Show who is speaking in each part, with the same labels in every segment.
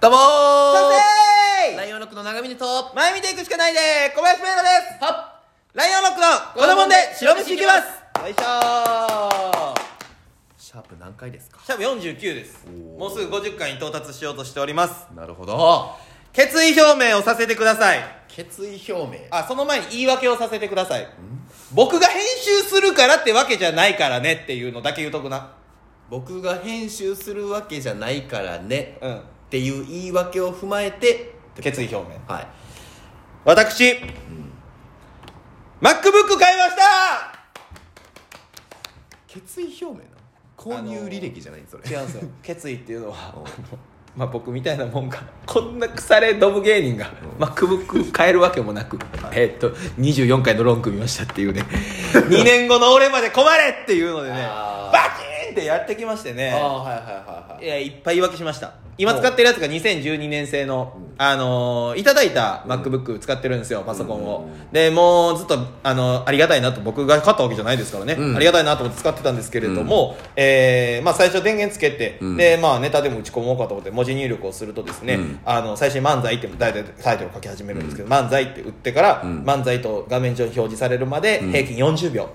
Speaker 1: どうも
Speaker 2: 賛
Speaker 1: ー
Speaker 2: 成
Speaker 1: ライオンロックの長峰と、
Speaker 2: 前見ていくしかないで小林明奈です
Speaker 1: は
Speaker 2: ライオンロックのこのもんで白飯いきますよいしょー
Speaker 1: シャープ何回ですか
Speaker 2: シャープ49です
Speaker 1: おー
Speaker 2: もうすぐ50回に到達しようとしております
Speaker 1: なるほど。
Speaker 2: 決意表明をさせてください
Speaker 1: 決意表明。
Speaker 2: あその前に言い訳をさせてください僕が編集するからってわけじゃないからねっていうのだけ言うとくな
Speaker 1: 僕が編集するわけじゃないからね。
Speaker 2: うん
Speaker 1: っていう言い訳を踏まえて、
Speaker 2: 決意表明
Speaker 1: はい。
Speaker 2: 私、MacBook 買いました
Speaker 1: 決意表明な購入履歴じゃないそれ。
Speaker 2: 違うんですよ 決意っていうのはあのまあ僕みたいなもんがこんな腐れドブ芸人が MacBook 買えるわけもなくえーっと24回のロン組みましたっていうね2年後の俺まで困れっていうのでね
Speaker 1: あー
Speaker 2: バキーンってやってきまして
Speaker 1: あ
Speaker 2: ね
Speaker 1: あ、はいはいはいはい
Speaker 2: い。やいっぱい言い訳しました今使ってるやつが2012年製の、あのーいただいた MacBook 使ってるんですよパソコンを、でもうずっと、あのーありがたいなと僕が買ったわけじゃないですからね、
Speaker 1: うん
Speaker 2: ありがたいなと思って使ってたんですけれども、えーまあ、最初電源つけて、
Speaker 1: うん
Speaker 2: でまあ、ネタでも打ち込もうかと思って文字入力をするとですね、
Speaker 1: うん
Speaker 2: あの最初に「漫才」って大体タイトル書き始めるんですけど「漫才」って打ってから「
Speaker 1: ん
Speaker 2: 漫才」と画面上に表示されるまで平均40秒、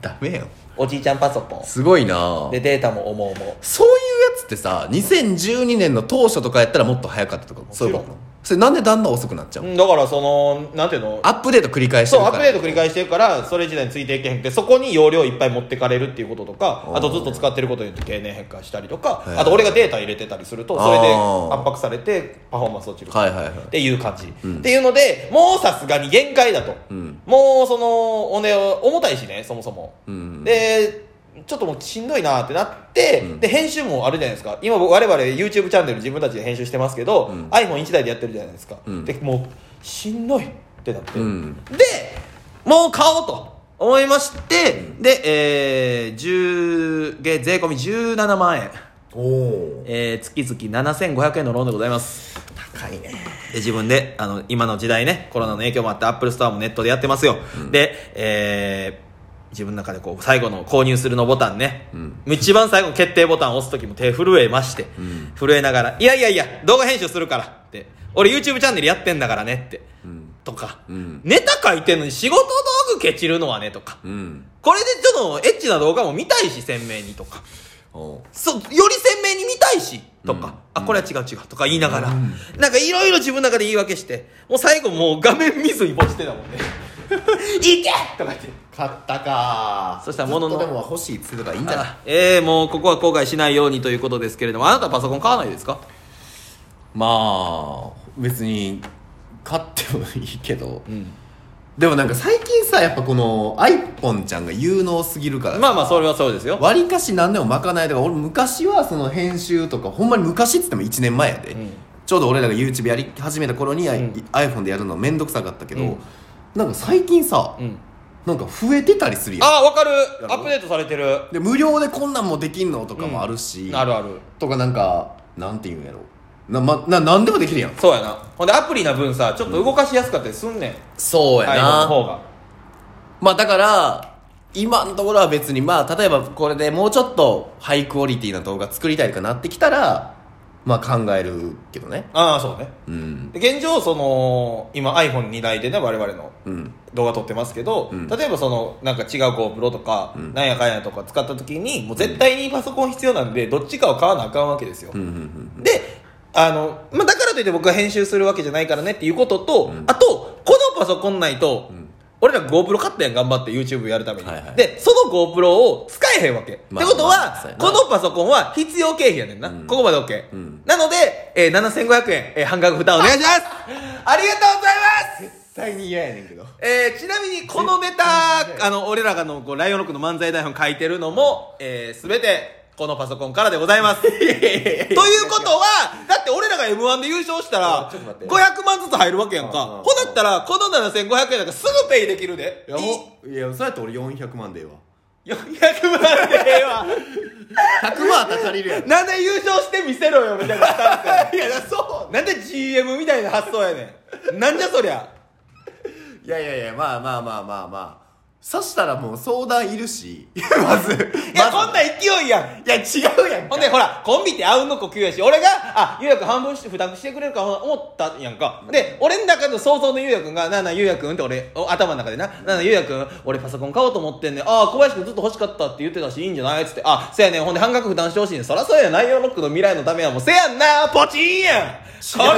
Speaker 1: ダメよ。
Speaker 2: おじいちゃんパソコ
Speaker 1: すごいな
Speaker 2: ンでデータも思うも
Speaker 1: そういうやつってさ、2012年の当初とかやったらもっと早かったとか、そういうこと
Speaker 2: もちろん
Speaker 1: それなんでだんだん遅くなっちゃうの
Speaker 2: うんだからそのなんていうの
Speaker 1: アップデート繰り返して
Speaker 2: そ
Speaker 1: る
Speaker 2: う
Speaker 1: か
Speaker 2: ア
Speaker 1: ら。
Speaker 2: ップデート繰り返してるからそれ自体についていけへんくてそこに容量いっぱい持ってかれるっていうこととか
Speaker 1: うん
Speaker 2: あとずっと使ってることによって経年変化したりとか
Speaker 1: へえ
Speaker 2: あと俺がデータ入れてたりするとそれで
Speaker 1: あー
Speaker 2: 圧迫されてパフォーマンス落ちる
Speaker 1: はいはいはい。
Speaker 2: っていう感じ、っていうのでもうさすがに限界だと、
Speaker 1: うん
Speaker 2: もうそのおね重たいしねそもそも、
Speaker 1: うん
Speaker 2: でちょっともうしんどいなってなって、で編集もあるじゃないですか今僕我々 YouTube チャンネル自分たちで編集してますけど、iPhone1 台でやってるじゃないですか、
Speaker 1: うん
Speaker 2: でもうしんどいってなって、
Speaker 1: うん。
Speaker 2: でもう買おうと思いまして、で、えー、10げ税込み17万円、
Speaker 1: おお。
Speaker 2: えー、月々7500円のローンでございます
Speaker 1: 高いね。
Speaker 2: で自分であの今の時代ねコロナの影響もあってアップルストアもネットでやってますよ、で、えー、自分の中でこう最後の購入するのボタンね、一番最後の決定ボタンを押す時も手震えまして、震えながら「いやいやいや動画編集するから」って「俺 YouTube チャンネルやってんだからね」って、
Speaker 1: ん
Speaker 2: とか、
Speaker 1: うん
Speaker 2: ネタ書いてんのに仕事道具ケチるのはね」とか、
Speaker 1: うん。
Speaker 2: これでちょっとエッチな動画も見たいし鮮明にとか。
Speaker 1: おう
Speaker 2: そう、より鮮明に見たいし、とか、あ、これは違う違う、とか言いながら、なんかいろいろ自分の中で言い訳して、もう最後もう画面見ずにポチってたもんね。 いけとか言って。
Speaker 1: 買ったか
Speaker 2: そしたら物の
Speaker 1: ずっとでも欲しいっつうのがいいんじゃない
Speaker 2: あええもうここは後悔しないようにということですけれども、あなたパソコン買わないですか
Speaker 1: まあ別に買ってもいいけど、
Speaker 2: ん
Speaker 1: でもなんか最近さやっぱこの iPhone ちゃんが有能すぎるから
Speaker 2: まあまあ、それはそうですよ。
Speaker 1: わりかし何でもまかないとか俺昔はその編集とかほんまに昔っつっても1年前やで、
Speaker 2: ん
Speaker 1: ちょうど俺らが YouTube やり始めた頃に、
Speaker 2: ん
Speaker 1: iPhone でやるのめんどくさかったけど、
Speaker 2: うん
Speaker 1: なんか最近さ、
Speaker 2: うん。
Speaker 1: なんか増えてたりするやん
Speaker 2: ああ、わかる
Speaker 1: ろ
Speaker 2: アップデートされてる。
Speaker 1: で無料でこんなんもできんのとかもあるし、
Speaker 2: あるある。
Speaker 1: とかなんかなんていうんやろな,、ま、な何でもできるやん
Speaker 2: そうやな。ほんで、アプリな分さ、ちょっと動かしやすかったりすんねん。
Speaker 1: そうや
Speaker 2: iPhone の
Speaker 1: な
Speaker 2: 方が。
Speaker 1: まあだから今のところは別にまあ例えばこれでもうちょっとハイクオリティな動画作りたいとかなってきたらまあ考えるけどね
Speaker 2: ああ、そうね。
Speaker 1: うん
Speaker 2: で現状、その、今 iPhone2 台でね、我々の
Speaker 1: うん
Speaker 2: 動画撮ってますけど、
Speaker 1: うん
Speaker 2: 例えばそのなんか違う GoPro とか、
Speaker 1: ん
Speaker 2: なんやかんやとか使った時にもう絶対にパソコン必要なんでどっちかを買わなあかんわけですよ、
Speaker 1: うんうんうん
Speaker 2: であの、まあ、だからといって僕が編集するわけじゃないからねっていうことと、あとこのパソコンないと、俺ら GoPro 買ったやん頑張って YouTube やるために、
Speaker 1: はいはい
Speaker 2: でその GoPro を使えへんわけ、
Speaker 1: まあ
Speaker 2: ってことは、
Speaker 1: まあそうやな
Speaker 2: このパソコンは必要経費やねんな、ここまで OK、
Speaker 1: うん
Speaker 2: なので、えー、7500円、えー半額負担お願い しますありがとうございます
Speaker 1: 絶対に嫌やねんけど
Speaker 2: えーちなみにこのネタあの俺らがのこうライオンロックの漫才台本書いてるのも、えー、全てこのパソコンからでござ いますということはだって俺らが m 1で優勝したら
Speaker 1: ちょっと待って
Speaker 2: 500万ずつ入るわけやん
Speaker 1: う
Speaker 2: か
Speaker 1: んうんうん
Speaker 2: ほだったらこの7500円なんかすぐペイできるで
Speaker 1: いやもういやそうやって俺400万でええわ
Speaker 2: い400万でえ えわ
Speaker 1: 100万あったら足りるやん
Speaker 2: なんで優勝して見せろよみたいなスタンスやね
Speaker 1: いやそ
Speaker 2: んなんで GM みたいな発想やねんなんじゃそりゃ
Speaker 1: ういやいやいやまあまあまあまあまあそしたらもう相談いる しまず
Speaker 2: いや、
Speaker 1: まず
Speaker 2: こんな勢いやん。
Speaker 1: いや違うやん
Speaker 2: ほんで、ほら、コンビってあうんの呼吸やし、俺が、あ、ゆうやくん半分して、負担してくれるか思ったやんか。で、俺の中の想像のゆうやくんが、なあなあゆうやくんって俺、お頭の中でな、なあなあゆうやくん、俺パソコン買おうと思ってんねん。ああ、小林くんずっと欲しかったって言ってたし、いいんじゃないっつって、あ、せやねん、ほんで半額負担してほしいねん。そらそうや、内容ロックの未来のためやもう、せやんな、ポチーンやん。これや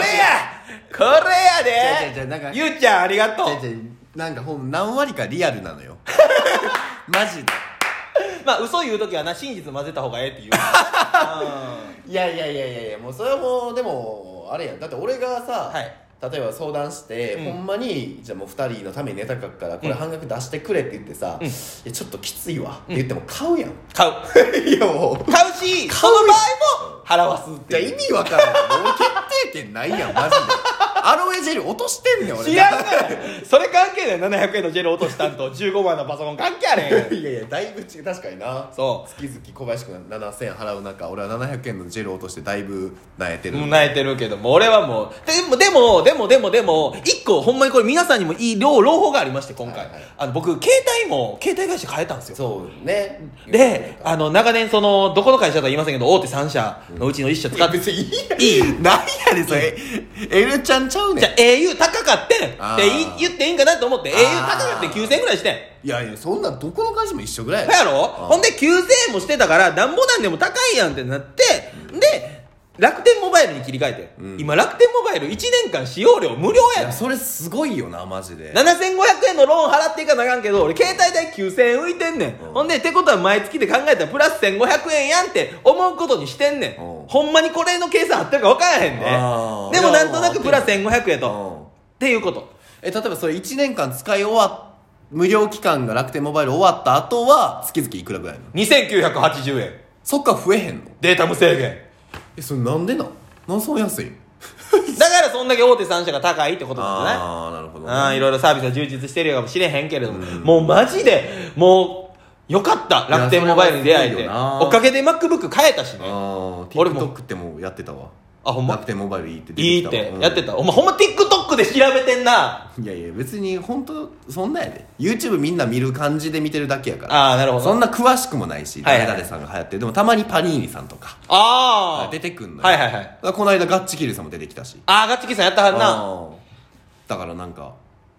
Speaker 2: これ
Speaker 1: 違
Speaker 2: や
Speaker 1: う違う違うなんか
Speaker 2: でゆうちゃん、ありがとう。
Speaker 1: 違う違うなんかほん何割かリアルなの よマジで
Speaker 2: まあ、嘘言うときはな、真実混ぜた方がええって 言う。う
Speaker 1: いやいやいやいやいやもうそれはもうでもあれやんだって俺がさ、
Speaker 2: はい
Speaker 1: 例えば相談して、
Speaker 2: うん
Speaker 1: ほんまにじゃあもう2人のためにネタ書くからこれ半額出してくれって言ってさ、いやちょっときついわって言っても買うやん、
Speaker 2: ん買う。
Speaker 1: いやもう
Speaker 2: 買うし、そ
Speaker 1: 買う
Speaker 2: の
Speaker 1: よ
Speaker 2: 場合も、払わすっ
Speaker 1: い
Speaker 2: て
Speaker 1: や
Speaker 2: いう。
Speaker 1: 意味わからんない俺決定権ないやんマジでアロエジェル落としてんねん俺
Speaker 2: 知らんがなそれ関係ない700円のジェル落としたんと15万のパソコン関係あれへん
Speaker 1: いやいやだいぶ違う確かにな
Speaker 2: そ
Speaker 1: 月々小林君が7000円払う中俺は700円のジェル落としてだいぶなえてる
Speaker 2: う泣いてるけども俺はもうでもでもでもでもでも一個ほんまにこれ皆さんにもいい両朗報がありまして今回、
Speaker 1: はいはい
Speaker 2: あの僕携帯も携帯会社変えたんですよ
Speaker 1: そうね
Speaker 2: であの長年そのどこの会社とは言いませんけど大手3社のうちの1社使って、
Speaker 1: 別にいいや
Speaker 2: いい
Speaker 1: なんやねんそれ L ちゃんちゃうねん
Speaker 2: じゃあ au 高かってんって
Speaker 1: あー
Speaker 2: 言言っていいんかなと思って au
Speaker 1: あー
Speaker 2: 高かって9000円ぐらいしてん
Speaker 1: いやいやそんなんどこの会社も一緒ぐらい
Speaker 2: だやろ
Speaker 1: あ
Speaker 2: ほんで9000円もしてたからなんぼなんでも高いやんってなってで楽天モバイルに切り替えて、
Speaker 1: うん
Speaker 2: 今楽天モバイル1年間使用料無
Speaker 1: い
Speaker 2: 料やん
Speaker 1: やそれすごいよなマジで
Speaker 2: 7500円のローン払っていかなあかんけど俺携帯代9000円浮いてんねん、
Speaker 1: うん
Speaker 2: ほんでってことは毎月で考えたらプラス1500円やんって思うことにしてんねん、
Speaker 1: うん
Speaker 2: ほんまにこれの計算合ってるか分からへんね
Speaker 1: あー
Speaker 2: でもなんとなくプラス1500円
Speaker 1: う
Speaker 2: と
Speaker 1: ん
Speaker 2: っていうこと
Speaker 1: え例えばそれ1年間使い終わっ無料期間が楽天モバイル終わった後は月々いくらぐらいなの
Speaker 2: 2980円
Speaker 1: そっから増えへんの
Speaker 2: データ無制限
Speaker 1: えそれなんでなんなんそんな安い
Speaker 2: だからそんだけ大手3社が高いってことなんじゃない
Speaker 1: ああなるほどね
Speaker 2: あーいろいろサービスが充実してるかもしれへんけれども、もうマジでもうよかった楽天モバイルに出会え
Speaker 1: い
Speaker 2: て
Speaker 1: やそれはすごいよな
Speaker 2: おかげで MacBook 買えたしねあ
Speaker 1: ああ
Speaker 2: 俺も
Speaker 1: TikTok ってもうやってたわ
Speaker 2: ほんま
Speaker 1: 楽天モバイルいいって出
Speaker 2: いい
Speaker 1: き
Speaker 2: った
Speaker 1: わ
Speaker 2: て
Speaker 1: うん
Speaker 2: やってた、お前ほんま TikTok で調べてんない
Speaker 1: やいや別に本当そんなやで YouTube みんな見る感じで見てるだけやから
Speaker 2: ああなるほど
Speaker 1: そんな詳しくもないし
Speaker 2: はいは
Speaker 1: 誰
Speaker 2: い
Speaker 1: 々さんが流行ってるでもたまにパニーニさんとか
Speaker 2: ああ
Speaker 1: 出てくんのよ
Speaker 2: はいはいは
Speaker 1: だ
Speaker 2: い
Speaker 1: からこの間ガッチキルさんも出てきたし
Speaker 2: ああガッチキさんやったはんな
Speaker 1: あーだからなんか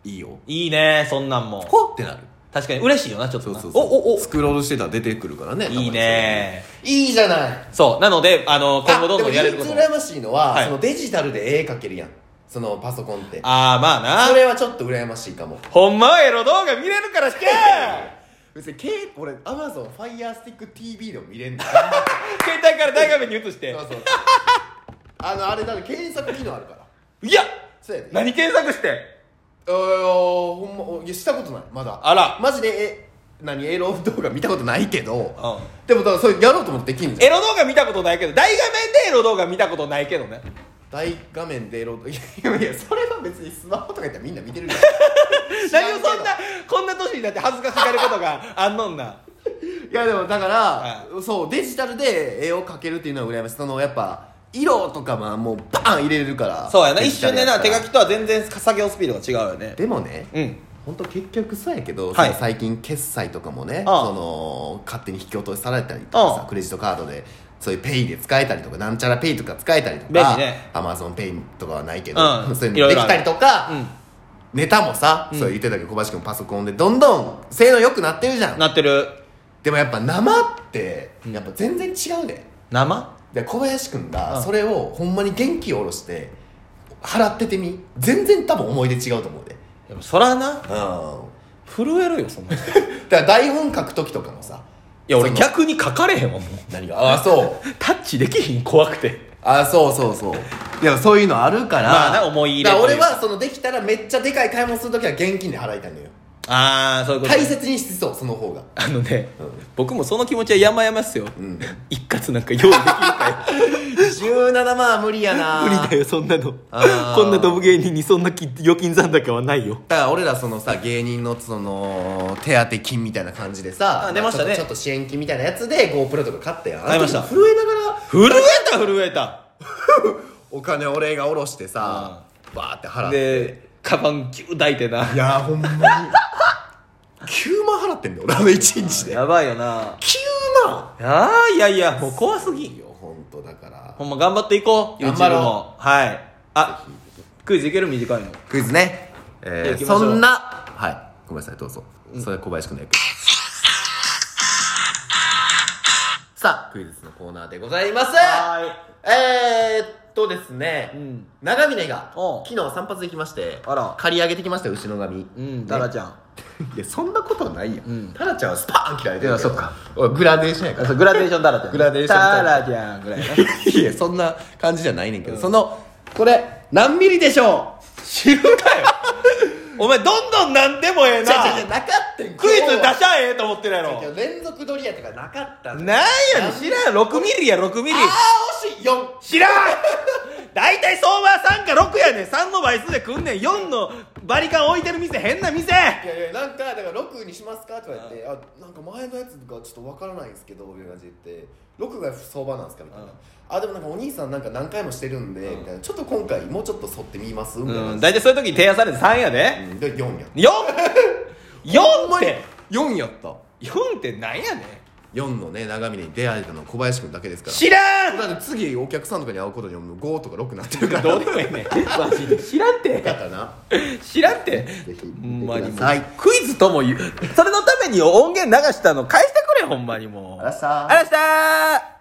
Speaker 1: いいよ
Speaker 2: いいねそんなんも
Speaker 1: ほってなる
Speaker 2: 確かに嬉しいよなちょっと
Speaker 1: そう
Speaker 2: な
Speaker 1: そうそう
Speaker 2: おおお
Speaker 1: スクロールしてたら出てくるからね
Speaker 2: いいね
Speaker 1: いいじゃない
Speaker 2: そうなのであの今後どんどんやれること
Speaker 1: あでも唯一羨ましいのは、
Speaker 2: はい
Speaker 1: そのデジタルで絵描けるやんそのパソコンって
Speaker 2: ああまあ
Speaker 1: そ
Speaker 2: な
Speaker 1: れはちょっと羨ましいかも
Speaker 2: ほんまはエロ動画見れるからしけ
Speaker 1: 別に、K、俺 Amazon FirestickTV でも見れんだ
Speaker 2: 携帯から大画面に映して
Speaker 1: そうそう あのあれだって検索機能あるから
Speaker 2: いや
Speaker 1: そうやで
Speaker 2: 何検索して
Speaker 1: あーほんまおいやしたことないまだ
Speaker 2: あら
Speaker 1: マジでえ何エロ動画見たことないけど、
Speaker 2: ん
Speaker 1: でもだからそれやろうと思ってできんじゃん
Speaker 2: エロ動画見たことないけど大画面でエロ動画見たことないけどね
Speaker 1: 大画面でエロ動画いやいやそれは別にスマホとかやったらみんな見てるじゃん知ら け
Speaker 2: 何を
Speaker 1: ど
Speaker 2: そんなこんな年になって恥ずかしがることがあんのんない
Speaker 1: やでもだから、
Speaker 2: は
Speaker 1: そうデジタルで絵を描けるっていうのは羨ましいそのやっぱ色とかまあもうバーン入れれるから
Speaker 2: そうやな
Speaker 1: デ
Speaker 2: 一
Speaker 1: ジタ
Speaker 2: 瞬
Speaker 1: ル
Speaker 2: で
Speaker 1: や
Speaker 2: な
Speaker 1: から
Speaker 2: 手書きとは全然作業スピードが違うよね
Speaker 1: でもね
Speaker 2: うん
Speaker 1: 本当結局そうやけど、
Speaker 2: はい
Speaker 1: その最近決済とかもね
Speaker 2: ああ
Speaker 1: その勝手に引き落としされたりとか
Speaker 2: ああ
Speaker 1: さクレジットカードでそういうペイで使えたりとかなんちゃらペイとか使えたりと
Speaker 2: 便
Speaker 1: か
Speaker 2: 利ね
Speaker 1: アマゾンペイとかはないけど、
Speaker 2: うん
Speaker 1: そういう
Speaker 2: いろ
Speaker 1: ので
Speaker 2: いろあ
Speaker 1: き
Speaker 2: る
Speaker 1: たりとか、
Speaker 2: うん
Speaker 1: ネタもさ、そう言ってたけど小林君パソコンでどんどん性能良くなってるじゃん
Speaker 2: なってる
Speaker 1: でもやっぱ生ってやっぱ全然違うね、
Speaker 2: 生
Speaker 1: で小林君
Speaker 2: う
Speaker 1: が
Speaker 2: ん
Speaker 1: それをほんまに元気を下ろして払っててみ全然多分思い出違うと思うで
Speaker 2: でもそらな
Speaker 1: うんだか
Speaker 2: 震えるよそんな い
Speaker 1: ら台本書く時とかもさ
Speaker 2: や俺
Speaker 1: その
Speaker 2: 逆に書かれへんわもう
Speaker 1: 何がああそう
Speaker 2: タッチできひん怖くて
Speaker 1: ああそうそうそういやそういうのあるから
Speaker 2: まあな思い入れ
Speaker 1: だから
Speaker 2: とい
Speaker 1: 俺
Speaker 2: う
Speaker 1: はそのできたらめっちゃでかい買い物する時は現金で払いたいのよ
Speaker 2: ああそういうこと
Speaker 1: 大切にしそうその方 が
Speaker 2: あのね
Speaker 1: うん
Speaker 2: 僕もその気持ちは山々っすよ
Speaker 1: うん
Speaker 2: 一括なんか用意できるかよ
Speaker 1: 17万は無理やな
Speaker 2: 無理だよそんなの
Speaker 1: あー
Speaker 2: こんなドブ芸人にそんなき預金残高はないよ
Speaker 1: だから俺らそのさ芸人のその手当金みたいな感じでさ
Speaker 2: あ出ましたね
Speaker 1: ちょっとちょっと支援金みたいなやつで GoPro とか買ったやん
Speaker 2: 買いました
Speaker 1: あの時震えながら
Speaker 2: 震えた震えた
Speaker 1: お金俺が下ろしてさバーって払って
Speaker 2: でカバンギュー抱いてない
Speaker 1: やーほんまに9万払ってんだよ俺あの1日で9
Speaker 2: やばいよな
Speaker 1: 万
Speaker 2: ああいやいやもう怖すぎ
Speaker 1: いいよ本当だから
Speaker 2: ほんま頑張っていこう
Speaker 1: 頑張ろう
Speaker 2: YouTube もはいあクイズいける短いの
Speaker 1: クイズね、え
Speaker 2: 行き
Speaker 1: ー、
Speaker 2: ましょ
Speaker 1: そう
Speaker 2: そ
Speaker 1: ん
Speaker 2: ん
Speaker 1: なはいごめんなさいどうぞ、それは小林君の役さあクイズのコーナーでございます
Speaker 2: は
Speaker 1: えー、っとですね、
Speaker 2: うん
Speaker 1: 長峰が
Speaker 2: おう
Speaker 1: 昨日散髪できまして
Speaker 2: あら
Speaker 1: 刈り上げてきましたよ後ろ髪
Speaker 2: うん
Speaker 1: ね
Speaker 2: タラちゃん、
Speaker 1: いやそんなことないやん、
Speaker 2: うん
Speaker 1: タラちゃんはスパーン切られてる
Speaker 2: いやそっか
Speaker 1: おいグラデーションやから
Speaker 2: あそうグラデーションタラちゃん
Speaker 1: グラデーションタ
Speaker 2: タ
Speaker 1: ラ
Speaker 2: ラちゃんぐらいね
Speaker 1: いやそんな感じじゃないねんけど、そのこれ何ミリでしょう知る かよ
Speaker 2: お前どんどん何でもええ
Speaker 1: じゃじゃじゃ
Speaker 2: な
Speaker 1: なかったん
Speaker 2: クイズ出しゃええと思ってるやろ
Speaker 1: 今日連続ドリアとかなかったんだ
Speaker 2: なんやねん知らん6ミリや6ミリ
Speaker 1: ああ惜しい4
Speaker 2: 知らん大体相場は3か6やねん3の倍数でくんねん4のバリカン置いてる店変な店
Speaker 1: いやいやなんかだから6にしますかとか言って「あなんか前のやつがちょっとわからないんですけど」みたいな感じで言って「6が相場なんですか?」みたいな「
Speaker 2: うん
Speaker 1: あでもなんかお兄さんなんか何回もしてるんで」みたいな「ちょっと今回もうちょっと沿ってみます?」みたいな
Speaker 2: うん
Speaker 1: 感
Speaker 2: 大体そういう時に提案されて3やで、
Speaker 1: じで,、で4や
Speaker 2: 4!4 って
Speaker 1: 4やった
Speaker 2: 4ってなんやねん
Speaker 1: 4のね長峰に出会えたのは小林君だけです から
Speaker 2: 知らん
Speaker 1: だって次お客さんとかに会うことにはもう5とか6になってるから
Speaker 2: どうでもええねんマジで知らんて
Speaker 1: だったな
Speaker 2: 知らんて
Speaker 1: ぜひ
Speaker 2: ほんまにもう
Speaker 1: はい
Speaker 2: クイズとも言うそれのために音源流したの返してくれほんまにもう
Speaker 1: あらっしゃー
Speaker 2: あらっしゃー